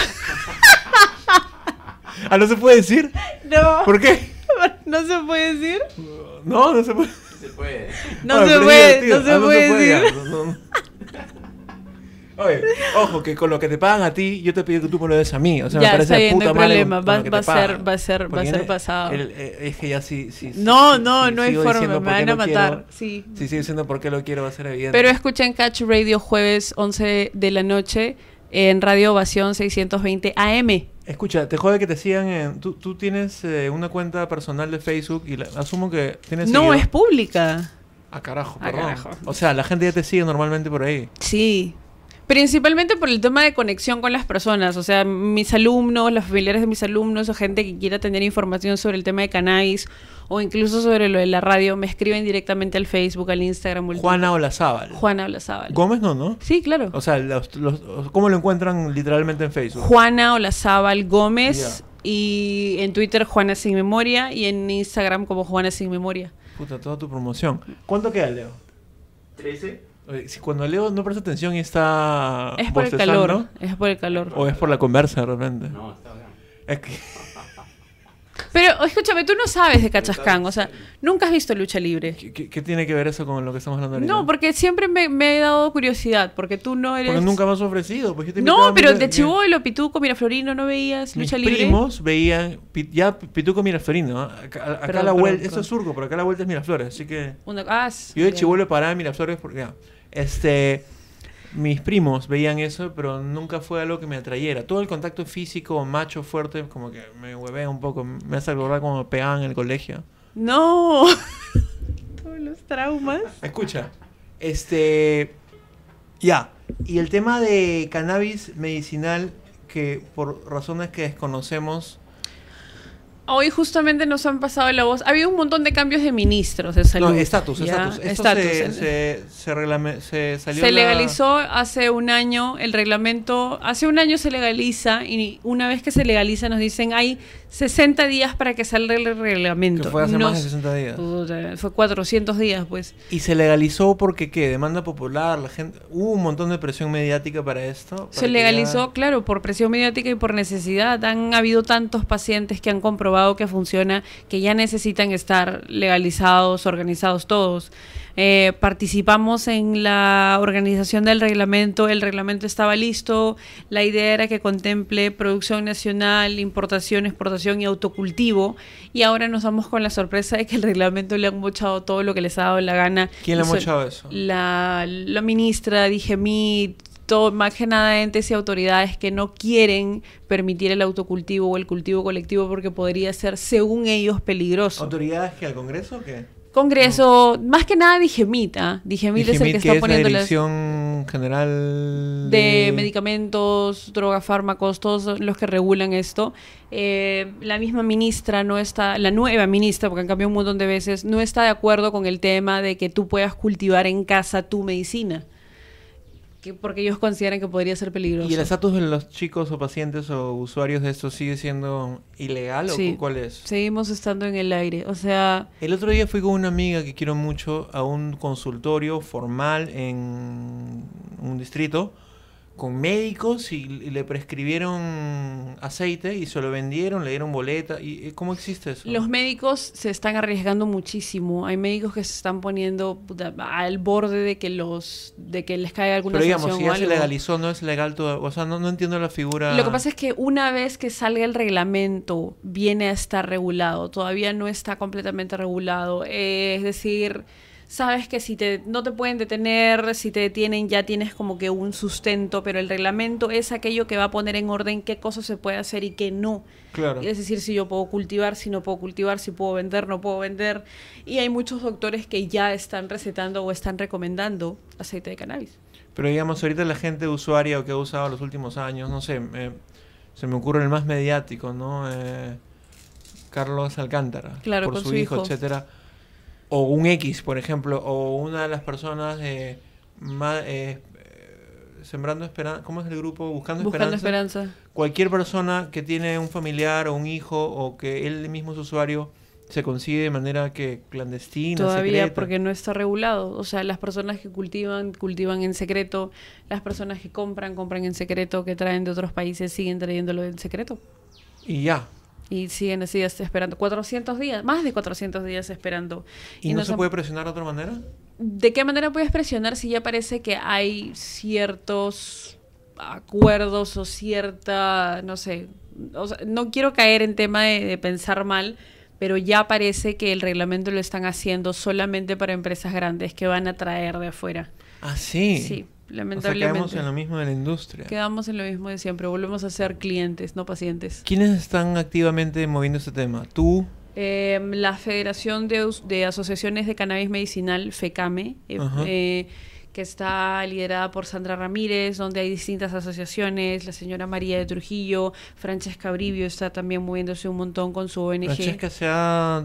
Speaker 1: Ah, no se puede decir.
Speaker 3: No,
Speaker 1: ¿Por qué?
Speaker 3: no se puede decir.
Speaker 1: No, no se puede.
Speaker 2: Se puede.
Speaker 3: No
Speaker 1: Oye,
Speaker 3: se
Speaker 1: pero
Speaker 3: puede,
Speaker 1: es divertido. Ah,
Speaker 3: no se puede decir.
Speaker 1: ya, no, no. Oye, ojo, que con lo que te pagan a ti, yo te pido que tú me lo des a mí. O sea, me
Speaker 3: Ya,
Speaker 1: parece
Speaker 3: está bien,
Speaker 1: puta
Speaker 3: no hay
Speaker 1: madre
Speaker 3: problema.
Speaker 1: con-
Speaker 3: Va-
Speaker 1: con lo que
Speaker 3: va
Speaker 1: te
Speaker 3: a ser-
Speaker 1: pagan.
Speaker 3: va a ser- va a
Speaker 1: Porque
Speaker 3: ser
Speaker 1: ya-
Speaker 3: pasado.
Speaker 1: el- eh, es que ya sí, sí. sí,
Speaker 3: No,
Speaker 1: sí,
Speaker 3: no,
Speaker 1: sí,
Speaker 3: no hay
Speaker 1: sigo
Speaker 3: forma,
Speaker 1: diciendo
Speaker 3: me
Speaker 1: por qué
Speaker 3: van a
Speaker 1: lo
Speaker 3: matar,
Speaker 1: quiero.
Speaker 3: sí.
Speaker 1: Sí, sigo diciendo por qué lo quiero, va a ser evidente.
Speaker 3: Pero escuchen Catch Radio jueves 11 de la noche en Radio Ovación 620 AM.
Speaker 1: Escucha, te jode que te sigan en... Tú, tú tienes eh, una cuenta personal de Facebook y la- asumo que tienes...
Speaker 3: No,
Speaker 1: seguido-
Speaker 3: es pública.
Speaker 1: Ah, carajo,
Speaker 3: Ah,
Speaker 1: perdón.
Speaker 3: carajo.
Speaker 1: O sea, la gente ya te sigue normalmente por ahí.
Speaker 3: Sí. Principalmente por el tema de conexión con las personas, o sea, mis alumnos, los familiares de mis alumnos o gente que quiera tener información sobre el tema de cannabis o incluso sobre lo de la radio, me escriben directamente al Facebook, al Instagram. o al
Speaker 1: Juana Olazábal.
Speaker 3: Twitter. Juana Olazábal.
Speaker 1: Gómez no, ¿no?
Speaker 3: Sí, claro.
Speaker 1: O sea, los, los- los- ¿cómo lo encuentran literalmente en Facebook?
Speaker 3: Juana Olazábal Gómez y en Twitter Juana Sin Memoria y en Instagram como Juana Sin Memoria.
Speaker 1: Puta, toda tu promoción. ¿Cuánto queda, Leo?
Speaker 2: 13.
Speaker 1: Oye, Si cuando Leo no presta atención y está...
Speaker 3: Es por el
Speaker 1: bostezando,
Speaker 3: calor, es por el calor.
Speaker 1: ¿O es por la conversa de repente?
Speaker 2: No, está bien.
Speaker 1: Es que...
Speaker 3: Pero escúchame, tú no sabes de Cachascán, o sea, nunca has visto lucha libre.
Speaker 1: ¿Qué, qué- qué tiene que ver eso con lo que estamos hablando ahorita?
Speaker 3: No, porque siempre me, me he dado curiosidad, porque tú no eres...
Speaker 1: Porque nunca me has ofrecido. Pues yo te invitaba
Speaker 3: No,
Speaker 1: a
Speaker 3: pero
Speaker 1: mirar-
Speaker 3: de
Speaker 1: que-
Speaker 3: Chivolo, Pituco, Miraflorino, ¿no veías
Speaker 1: Mis
Speaker 3: lucha libre?
Speaker 1: primos veían Pi- ya Pituco Miraflorino. ¿ah? Acá, acá
Speaker 3: Perdón,
Speaker 1: la
Speaker 3: perdón,
Speaker 1: vuelta,
Speaker 3: perdón.
Speaker 1: eso es surco, pero acá la vuelta es Miraflores, así que
Speaker 3: Una- ah, sí,
Speaker 1: yo de
Speaker 3: ya.
Speaker 1: chivolo paraba en Miraflores porque ya. este mis primos veían eso, pero nunca fue algo que me atrayera. Todo el contacto físico, macho fuerte, como que me huevea un poco, me hace acordar como me pegaban en el colegio.
Speaker 3: No. Todos los traumas.
Speaker 1: Escucha, este. Ya. Y el tema de cannabis medicinal, que por razones que desconocemos.
Speaker 3: Hoy justamente nos han pasado la voz. Ha habido un montón de cambios de ministros de salud.
Speaker 1: No, estatus,
Speaker 3: ¿ya?
Speaker 1: estatus. Esto
Speaker 3: Estatus.
Speaker 1: se, se, se, reglame- se salió.
Speaker 3: Se
Speaker 1: la-
Speaker 3: legalizó hace un año el reglamento, hace un año se legaliza y una vez que se legaliza nos dicen hay 60 días para que salga el reglamento.
Speaker 1: Que fue hace más
Speaker 3: Nos-
Speaker 1: de 60 días.
Speaker 3: Puta, Fue 400 días, pues.
Speaker 1: Y se legalizó porque, ¿qué? Demanda popular, la gente. Hubo un montón de presión mediática para esto. para
Speaker 3: Se
Speaker 1: que
Speaker 3: legalizó,
Speaker 1: ya-
Speaker 3: claro, por presión mediática y por necesidad. Han habido tantos pacientes que han comprobado que funciona, que ya necesitan estar legalizados, organizados todos. Eh, participamos en la organización del reglamento, el reglamento estaba listo, la idea era que contemple producción nacional, importación, exportación y autocultivo, y ahora nos vamos con la sorpresa de que el reglamento le han mochado todo lo que les ha dado la gana.
Speaker 1: ¿Quién le ha
Speaker 3: Y so-
Speaker 1: mochado eso?
Speaker 3: la, la ministra, dije mi, todo, más que nada entes y autoridades que no quieren permitir el autocultivo o el cultivo colectivo porque podría ser, según ellos, peligroso.
Speaker 1: ¿Autoridades que al Congreso o qué?
Speaker 3: Congreso, más que nada Digemita. Digemita es el
Speaker 1: Dijimit,
Speaker 3: que está
Speaker 1: es la
Speaker 3: poniendo las
Speaker 1: Dirección General
Speaker 3: de medicamentos, drogas, fármacos, todos los que regulan esto. Eh, la misma ministra no está, la nueva ministra, porque han cambiado un montón de veces, no está de acuerdo con el tema de que tú puedas cultivar en casa tu medicina, que, porque ellos consideran que podría ser peligroso.
Speaker 1: ¿Y el estatus de los chicos o pacientes o usuarios de esto sigue siendo ilegal
Speaker 3: Sí.
Speaker 1: o cuál es?
Speaker 3: Seguimos estando en el aire, o sea,
Speaker 1: El otro día fui con una amiga que quiero mucho a un consultorio formal en un distrito con médicos y, y le prescribieron aceite y se lo vendieron, le dieron boleta. ¿Y y cómo existe eso?
Speaker 3: Los médicos se están arriesgando muchísimo. Hay médicos que se están poniendo puta, al borde de que los de que les caiga alguna
Speaker 1: Pero digamos, si
Speaker 3: sanción o
Speaker 1: ya se
Speaker 3: algo.
Speaker 1: legalizó, no es legal todo. O sea, no, no entiendo la figura.
Speaker 3: Lo que pasa es que una vez que salga el reglamento, viene a estar regulado. Todavía no está completamente regulado. Eh, es decir, sabes que si te, no te pueden detener, si te detienen ya tienes como que un sustento, pero el reglamento es aquello que va a poner en orden qué cosas se puede hacer y qué no.
Speaker 1: Claro.
Speaker 3: Es decir, si yo puedo cultivar, si no puedo cultivar, si puedo vender, no puedo vender. Y hay muchos doctores que ya están recetando o están recomendando aceite de cannabis.
Speaker 1: Pero digamos, ahorita la gente usuaria o que ha usado los últimos años, no sé, eh, se me ocurre el más mediático, ¿no? Eh, Carlos Alcántara,
Speaker 3: Claro,
Speaker 1: por
Speaker 3: con
Speaker 1: su,
Speaker 3: su
Speaker 1: hijo,
Speaker 3: hijo.
Speaker 1: etcétera. O un X, por ejemplo, o una de las personas eh, ma- eh, eh, Sembrando Esperanza, ¿cómo es el grupo? Buscando,
Speaker 3: Buscando
Speaker 1: Esperanza.
Speaker 3: esperanza.
Speaker 1: Cualquier persona que tiene un familiar o un hijo o que él mismo es usuario se consigue de manera que clandestina,
Speaker 3: Todavía
Speaker 1: secreta.
Speaker 3: porque no está regulado. O sea, las personas que cultivan, cultivan en secreto. Las personas que compran, compran en secreto. Que traen de otros países, siguen trayéndolo en secreto.
Speaker 1: Y ya.
Speaker 3: Y siguen así hasta esperando. 400 días, más de 400 días esperando.
Speaker 1: ¿Y, no,
Speaker 3: nos
Speaker 1: se
Speaker 3: han-
Speaker 1: puede presionar de otra manera?
Speaker 3: ¿De qué manera puedes presionar si ya parece que hay ciertos acuerdos o cierta, no sé, o sea, no quiero caer en tema de, de pensar mal, pero ya parece que el reglamento lo están haciendo solamente para empresas grandes que van a traer de afuera.
Speaker 1: Ah, sí.
Speaker 3: Sí,
Speaker 1: O sea,
Speaker 3: lamentablemente.
Speaker 1: caemos en lo mismo de la industria.
Speaker 3: Quedamos en lo mismo de siempre, volvemos a ser clientes, no pacientes.
Speaker 1: ¿Quiénes están activamente moviendo este tema? ¿Tú?
Speaker 3: Eh, la Federación de, Us- de Asociaciones de Cannabis Medicinal, FECAME, eh,
Speaker 1: Ajá.
Speaker 3: eh, que está liderada por Sandra Ramírez, donde hay distintas asociaciones, la señora María de Trujillo, Francesca Brivio está también moviéndose un montón con su ONG.
Speaker 1: Francesca se ha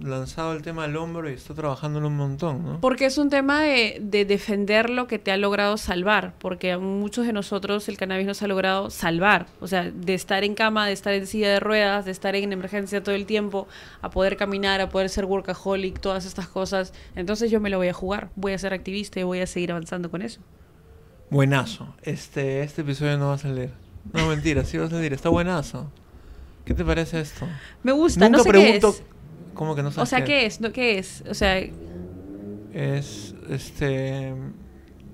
Speaker 1: lanzado el tema al hombro y está trabajándolo un montón, ¿no?
Speaker 3: Porque es un tema de, de defender lo que te ha logrado salvar, porque a muchos de nosotros el cannabis nos ha logrado salvar, o sea, de estar en cama, de estar en silla de ruedas, de estar en emergencia todo el tiempo, a poder caminar, a poder ser workaholic, todas estas cosas. Entonces yo me lo voy a jugar, voy a ser activista y voy a seguir avanzando con eso.
Speaker 1: Buenazo. Este, este episodio no va a salir. No, mentira, sí va a salir. Está buenazo. ¿Qué te parece esto?
Speaker 3: Me gusta,
Speaker 1: Nunca
Speaker 3: no sé
Speaker 1: pregunto...
Speaker 3: qué
Speaker 1: ¿Cómo que no
Speaker 3: es. O
Speaker 1: sabes
Speaker 3: sea, ¿qué es? ¿No, ¿Qué es? O sea,
Speaker 1: Es, este...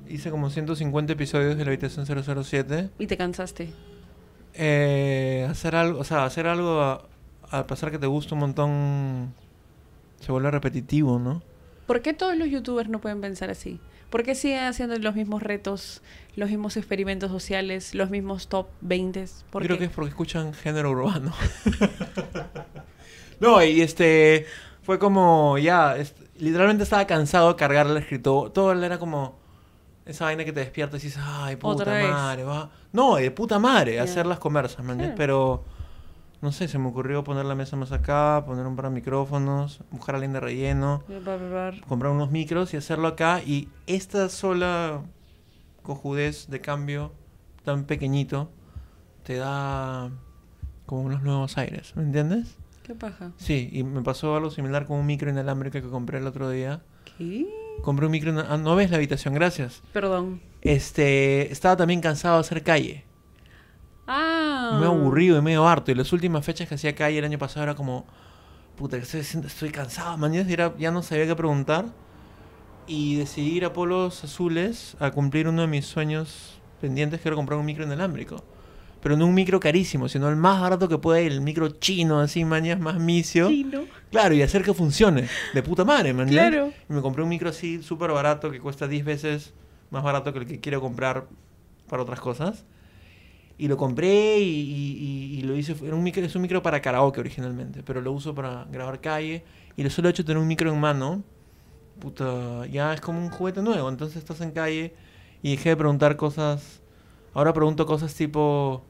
Speaker 1: Hice como 150 episodios de la habitación 007.
Speaker 3: y te cansaste.
Speaker 1: Eh, hacer algo, o sea, hacer algo a, a pesar que te gusta un montón se vuelve repetitivo, ¿no?
Speaker 3: ¿Por qué todos los youtubers no pueden pensar así? ¿Por qué siguen haciendo los mismos retos, los mismos experimentos sociales, los mismos top 20? ¿Por
Speaker 1: Yo creo
Speaker 3: qué?
Speaker 1: que es porque escuchan género urbano. no, y este fue como ya, es- literalmente estaba cansado de cargar el escritor, todo era como esa vaina que te despiertas y dices, ay, puta
Speaker 3: Otra vez.
Speaker 1: madre, va. No, de puta madre,
Speaker 3: Ya. Hmm.
Speaker 1: hacer las conversas, ¿me entiendes?
Speaker 3: Claro.
Speaker 1: Pero no sé, se me ocurrió poner la mesa más acá, poner un par de micrófonos, buscar a alguien de relleno.
Speaker 3: Bar, bar, bar.
Speaker 1: comprar unos micros y hacerlo acá. Y esta sola cojudez de cambio tan pequeñito te da como unos nuevos aires, ¿me entiendes?
Speaker 3: ¿Qué paja?
Speaker 1: Sí, y me pasó algo similar con un micro inalámbrico que compré el otro día.
Speaker 3: ¿Qué?
Speaker 1: Compré un micro... ina- Ah, no ves la habitación, gracias.
Speaker 3: Perdón.
Speaker 1: Este, estaba también cansado de hacer calle.
Speaker 3: Ah.
Speaker 1: Me he aburrido y medio harto. Y las últimas fechas que hacía calle el año pasado era como, puta, que estoy, haciendo- estoy cansado, man. Y era- ya no sabía qué preguntar. Y decidí ir a Polos Azules a cumplir uno de mis sueños pendientes, que era comprar un micro inalámbrico. Pero no un micro carísimo, sino el más barato que pueda ir, el micro chino, así, mañas, más micio.
Speaker 3: Chino.
Speaker 1: Claro, y hacer que funcione. De puta madre, man. ¿ya?
Speaker 3: Claro.
Speaker 1: Y me compré un micro así, súper barato, que cuesta 10 veces más barato que el que quiero comprar para otras cosas. Y lo compré y, y- y- y lo hice. Era un micro, es un micro para karaoke originalmente, pero lo uso para grabar calle. Y el solo hecho de tener un micro en mano, puta, ya es como un juguete nuevo. Entonces estás en calle y dejé de preguntar cosas. Ahora pregunto cosas tipo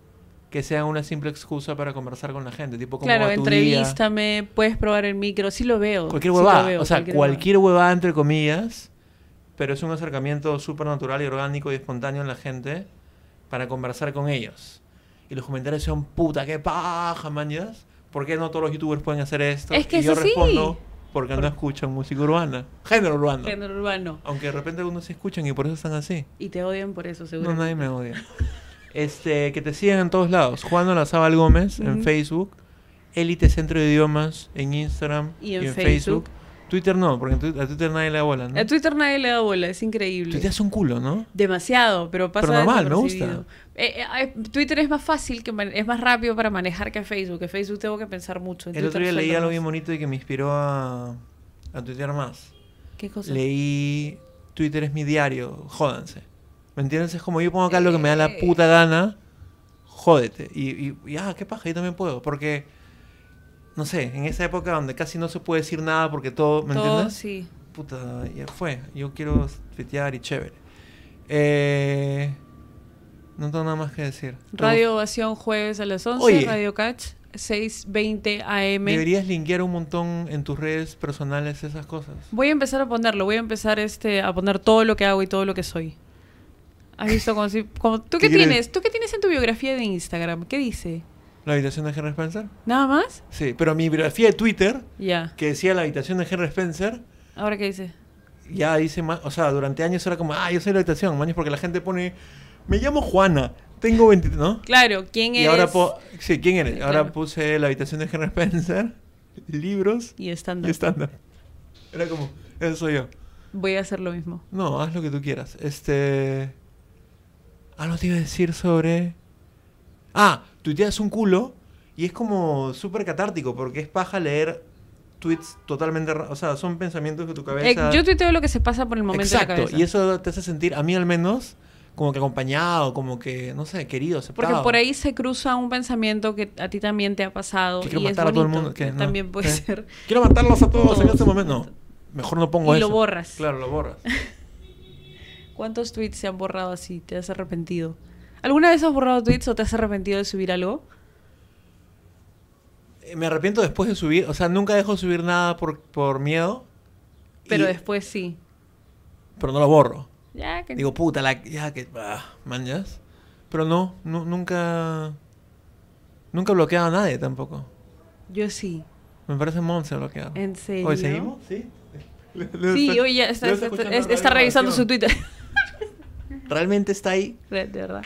Speaker 1: que sea una simple excusa para conversar con la gente, tipo como
Speaker 3: Claro,
Speaker 1: va tu día?
Speaker 3: entrevístame, puedes probar el micro, sí lo veo.
Speaker 1: Cualquier
Speaker 3: sí lo
Speaker 1: huevada.
Speaker 3: veo,
Speaker 1: o sea,
Speaker 3: cualquier
Speaker 1: cualquier,
Speaker 3: huevada.
Speaker 1: huevada entre comillas. Pero es un acercamiento súper natural y orgánico y espontáneo en la gente para conversar con ellos. Y los comentarios son puta, qué paja, mañas. ¿Por qué no todos los youtubers pueden hacer esto?
Speaker 3: Es que
Speaker 1: y yo
Speaker 3: eso sí.
Speaker 1: respondo, porque no escuchan música urbana, género urbano.
Speaker 3: Género urbano.
Speaker 1: Aunque de repente algunos se escuchan y por eso están así.
Speaker 3: Y te odian por eso, seguro.
Speaker 1: No, nadie me odia. Este, que te sigan en todos lados. Juan Olazábal Gómez en
Speaker 3: Ujú.
Speaker 1: Facebook, Elite Centro de Idiomas en Instagram
Speaker 3: Y en Facebook.
Speaker 1: Twitter no, porque en tu- a Twitter nadie le da bola, ¿no?
Speaker 3: A Twitter nadie le da bola, es increíble.
Speaker 1: Twitter es un culo, ¿no?
Speaker 3: Demasiado, pero pasa
Speaker 1: Pero normal, me
Speaker 3: desapercibido.
Speaker 1: gusta.
Speaker 3: Eh, eh, eh, Twitter es más fácil, que man- es más rápido para manejar que Facebook. Que Facebook tengo que pensar mucho. en
Speaker 1: El otro
Speaker 3: Twitter
Speaker 1: día leí
Speaker 3: suelto
Speaker 1: algo
Speaker 3: más.
Speaker 1: bien bonito y que me inspiró a, a tuitear más.
Speaker 3: ¿Qué cosa?
Speaker 1: Leí Twitter es mi diario, jódanse. ¿Me entiendes? Es como yo pongo acá lo que me da la puta gana, jódete. Y, y, y, ah, qué paja, yo también puedo. Porque, no sé, en esa época donde casi no se puede decir nada porque todo, ¿me
Speaker 3: Todo,
Speaker 1: entiendes?
Speaker 3: sí.
Speaker 1: Puta, ya fue. Yo quiero tuitear y chévere. Eh, no tengo nada más que decir.
Speaker 3: Radio Ovación jueves a las 11,
Speaker 1: Oye.
Speaker 3: Radio Catch 6:20 AM.
Speaker 1: Deberías linkear un montón en tus redes personales esas cosas.
Speaker 3: Voy a empezar a ponerlo, voy a empezar este a poner todo lo que hago y todo lo que soy. ¿Has visto como si como- tú
Speaker 1: ¿Qué
Speaker 3: qué,
Speaker 1: quieres?
Speaker 3: tienes? ¿Tú qué tienes en tu biografía de Instagram? ¿Qué dice?
Speaker 1: ¿La habitación de Henry Spencer?
Speaker 3: ¿Nada más?
Speaker 1: Sí, pero mi biografía de Twitter,
Speaker 3: Ya.
Speaker 1: que decía la habitación de Henry Spencer,
Speaker 3: ¿Ahora qué dice?
Speaker 1: ya dice más. O sea, durante años era como, ah, yo soy la habitación, maños, porque la gente pone, me llamo Juana, tengo 20. ¿No?
Speaker 3: Claro, ¿quién
Speaker 1: Y
Speaker 3: eres?
Speaker 1: ahora, po- sí, ¿quién eres?
Speaker 3: Sí,
Speaker 1: Ahora
Speaker 3: claro.
Speaker 1: puse la habitación de Henry Spencer, libros
Speaker 3: y estándar.
Speaker 1: y estándar. Era como, eso soy yo.
Speaker 3: Voy a hacer lo mismo.
Speaker 1: No, haz lo que tú quieras. Este. Algo te iba a decir sobre. Ah, tuiteas un culo y es como súper catártico porque es paja leer tweets totalmente. ra- O sea, son pensamientos de tu
Speaker 3: Eh,
Speaker 1: cabeza.
Speaker 3: yo tuiteo lo que se pasa por el momento en la
Speaker 1: Exacto,
Speaker 3: cabeza.
Speaker 1: y eso te hace sentir, a mí al menos, como que acompañado, como que, no sé, querido,
Speaker 3: porque
Speaker 1: aceptado.
Speaker 3: por ahí se cruza un pensamiento que a ti también te ha pasado
Speaker 1: Que
Speaker 3: y
Speaker 1: quiero
Speaker 3: es
Speaker 1: matar a todo el
Speaker 3: bonito,
Speaker 1: mundo, que
Speaker 3: que
Speaker 1: no,
Speaker 3: también puede
Speaker 1: que-
Speaker 3: ser.
Speaker 1: Quiero matarlos a todos en
Speaker 3: Todos.
Speaker 1: este momento. No, mejor no pongo
Speaker 3: Y
Speaker 1: eso.
Speaker 3: lo borras.
Speaker 1: Claro, lo borras.
Speaker 3: ¿Cuántos tweets se han borrado así? ¿Te has arrepentido? ¿Alguna vez has borrado tweets o te has arrepentido de subir algo?
Speaker 1: Eh, Me arrepiento después de subir, o sea, nunca dejo de subir nada por, por miedo.
Speaker 3: Pero
Speaker 1: y-
Speaker 3: después sí.
Speaker 1: Pero no lo borro.
Speaker 3: Ya que
Speaker 1: Digo, puta, la, ya que. ah, manjas. Pero no, nu- nunca. Nunca bloqueaba a nadie tampoco.
Speaker 3: yo sí.
Speaker 1: Me parece monster bloquear.
Speaker 3: ¿En serio?
Speaker 1: ¿Hoy seguimos? Sí.
Speaker 3: Sí, oye, ya está, está- es- está revisando su Twitter.
Speaker 1: Realmente está ahí.
Speaker 3: de de verdad.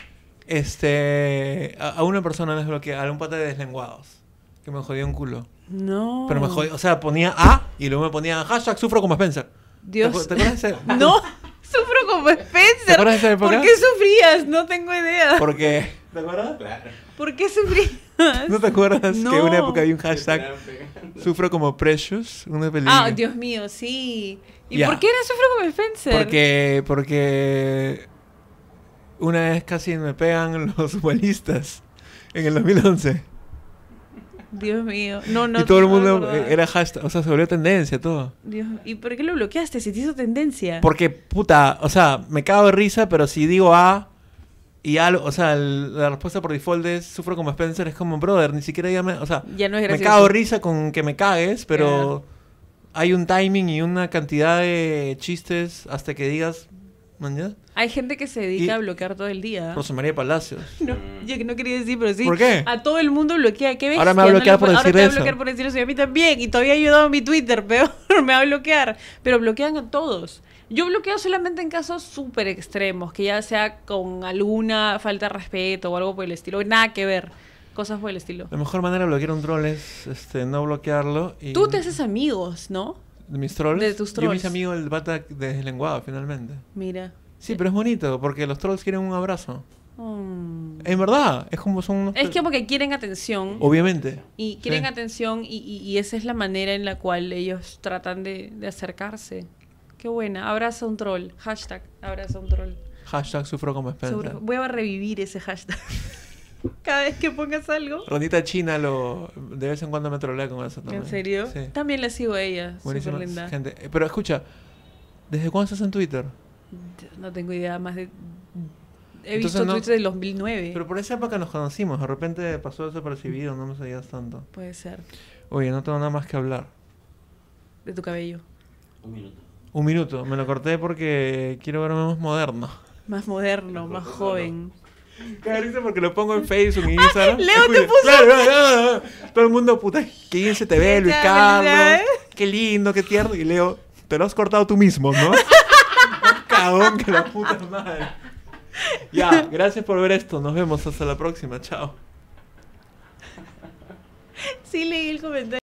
Speaker 1: Este. A, a una persona desbloquea, a un pata de deslenguados. Que me jodió un culo.
Speaker 3: No.
Speaker 1: Pero me jodió. O sea, ponía A y luego me ponía hashtag sufro como Spencer.
Speaker 3: Dios.
Speaker 1: ¿Te, acu- te acuerdas de ese?
Speaker 3: No, sufro como Spencer.
Speaker 1: ¿Te acuerdas de esa época?
Speaker 3: ¿Por qué sufrías? No tengo idea. ¿Por,
Speaker 1: Porque. ¿Te acuerdas?
Speaker 2: Claro.
Speaker 3: qué sufrías?
Speaker 1: ¿No te acuerdas que en una
Speaker 3: No.
Speaker 1: época había un hashtag Sufro como Precious, una película.
Speaker 3: Ah, Dios mío, sí. ¿Y
Speaker 1: Ya.
Speaker 3: por qué era sufro como Spencer?
Speaker 1: Porque, porque una vez casi me pegan los futbolistas en el 2011.
Speaker 3: Dios mío. No, no.
Speaker 1: y todo el
Speaker 3: no me
Speaker 1: mundo
Speaker 3: acordaba.
Speaker 1: eh, era hashtag, o sea, se volvió tendencia todo.
Speaker 3: Dios, ¿y por qué lo bloqueaste si te hizo tendencia?
Speaker 1: Porque, puta, o sea, me cago de risa, pero si digo A y A, o sea, el- la respuesta por default es sufro como Spencer, es como, brother, ni siquiera dígame, o sea,
Speaker 3: Ya no es
Speaker 1: me
Speaker 3: gracioso.
Speaker 1: cago de risa con que me cagues, pero hay un timing y una cantidad de chistes hasta que digas, mañana.
Speaker 3: Hay gente que se dedica
Speaker 1: Y-
Speaker 3: a bloquear todo el día.
Speaker 1: Rosa María Palacios.
Speaker 3: No, yo no quería decir, pero sí.
Speaker 1: ¿Por qué?
Speaker 3: A todo el mundo bloquea. ¿Qué ves?
Speaker 1: Ahora me va a bloquear por decir
Speaker 3: Ahora te va
Speaker 1: eso.
Speaker 3: a bloquear por decir eso. Y a mí también. Y todavía he ayudado a mi Twitter. Peor, me va a bloquear. Pero bloquean a todos. Yo bloqueo solamente en casos súper extremos. Que ya sea con alguna falta de respeto o algo por el estilo. Nada que ver. Cosas por el estilo.
Speaker 1: La mejor manera de bloquear un troll es este, no bloquearlo. Y
Speaker 3: Tú te haces amigos, ¿no?
Speaker 1: ¿De mis trolls?
Speaker 3: de tus
Speaker 1: Yo me hice
Speaker 3: trolls.
Speaker 1: amigo del bata deslenguado, finalmente.
Speaker 3: Mira.
Speaker 1: Sí, pero es bonito, porque los trolls quieren un abrazo.
Speaker 3: Mm.
Speaker 1: En verdad, es como son unos...
Speaker 3: Es que
Speaker 1: pe-
Speaker 3: como que quieren atención.
Speaker 1: Obviamente.
Speaker 3: Y quieren
Speaker 1: Sí.
Speaker 3: atención y, y- y esa es la manera en la cual ellos tratan de, de acercarse. Qué buena. Abraza un troll. Hashtag abraza un troll.
Speaker 1: Hashtag sufro como Spencer.
Speaker 3: Seguro- Voy a revivir ese hashtag. Cada vez que pongas algo.
Speaker 1: Ronita China lo... De vez en cuando me trolea con eso también.
Speaker 3: ¿En serio?
Speaker 1: Sí.
Speaker 3: También la sigo a ella. Súper
Speaker 1: Buenísima
Speaker 3: linda.
Speaker 1: gente. Eh, Pero escucha, ¿desde cuándo estás en Twitter?
Speaker 3: No tengo idea más de... He
Speaker 1: Entonces
Speaker 3: visto
Speaker 1: no-
Speaker 3: tweets del 2009.
Speaker 1: Pero por esa época nos conocimos, de repente pasó desapercibido, no me sabías tanto.
Speaker 3: Puede ser.
Speaker 1: Oye, no tengo nada más que hablar.
Speaker 3: De tu cabello.
Speaker 2: Un minuto.
Speaker 1: Un minuto, me lo corté porque quiero verme más moderno.
Speaker 3: Más moderno, más joven.
Speaker 1: Cada risa porque lo pongo en Facebook y Instagram.
Speaker 3: Leo te
Speaker 1: Escucha,
Speaker 3: puso-
Speaker 1: claro, claro, claro, claro. Todo el mundo, puta, 15 TV, Luis
Speaker 3: Ya,
Speaker 1: Carlos.
Speaker 3: ¿verdad?
Speaker 1: qué lindo, qué tierno. Y Leo, te lo has cortado tú mismo, ¿no? Un cagón que la puta madre. Ya, gracias por ver esto. Nos vemos hasta la próxima. Chao.
Speaker 3: Sí leí el comentario.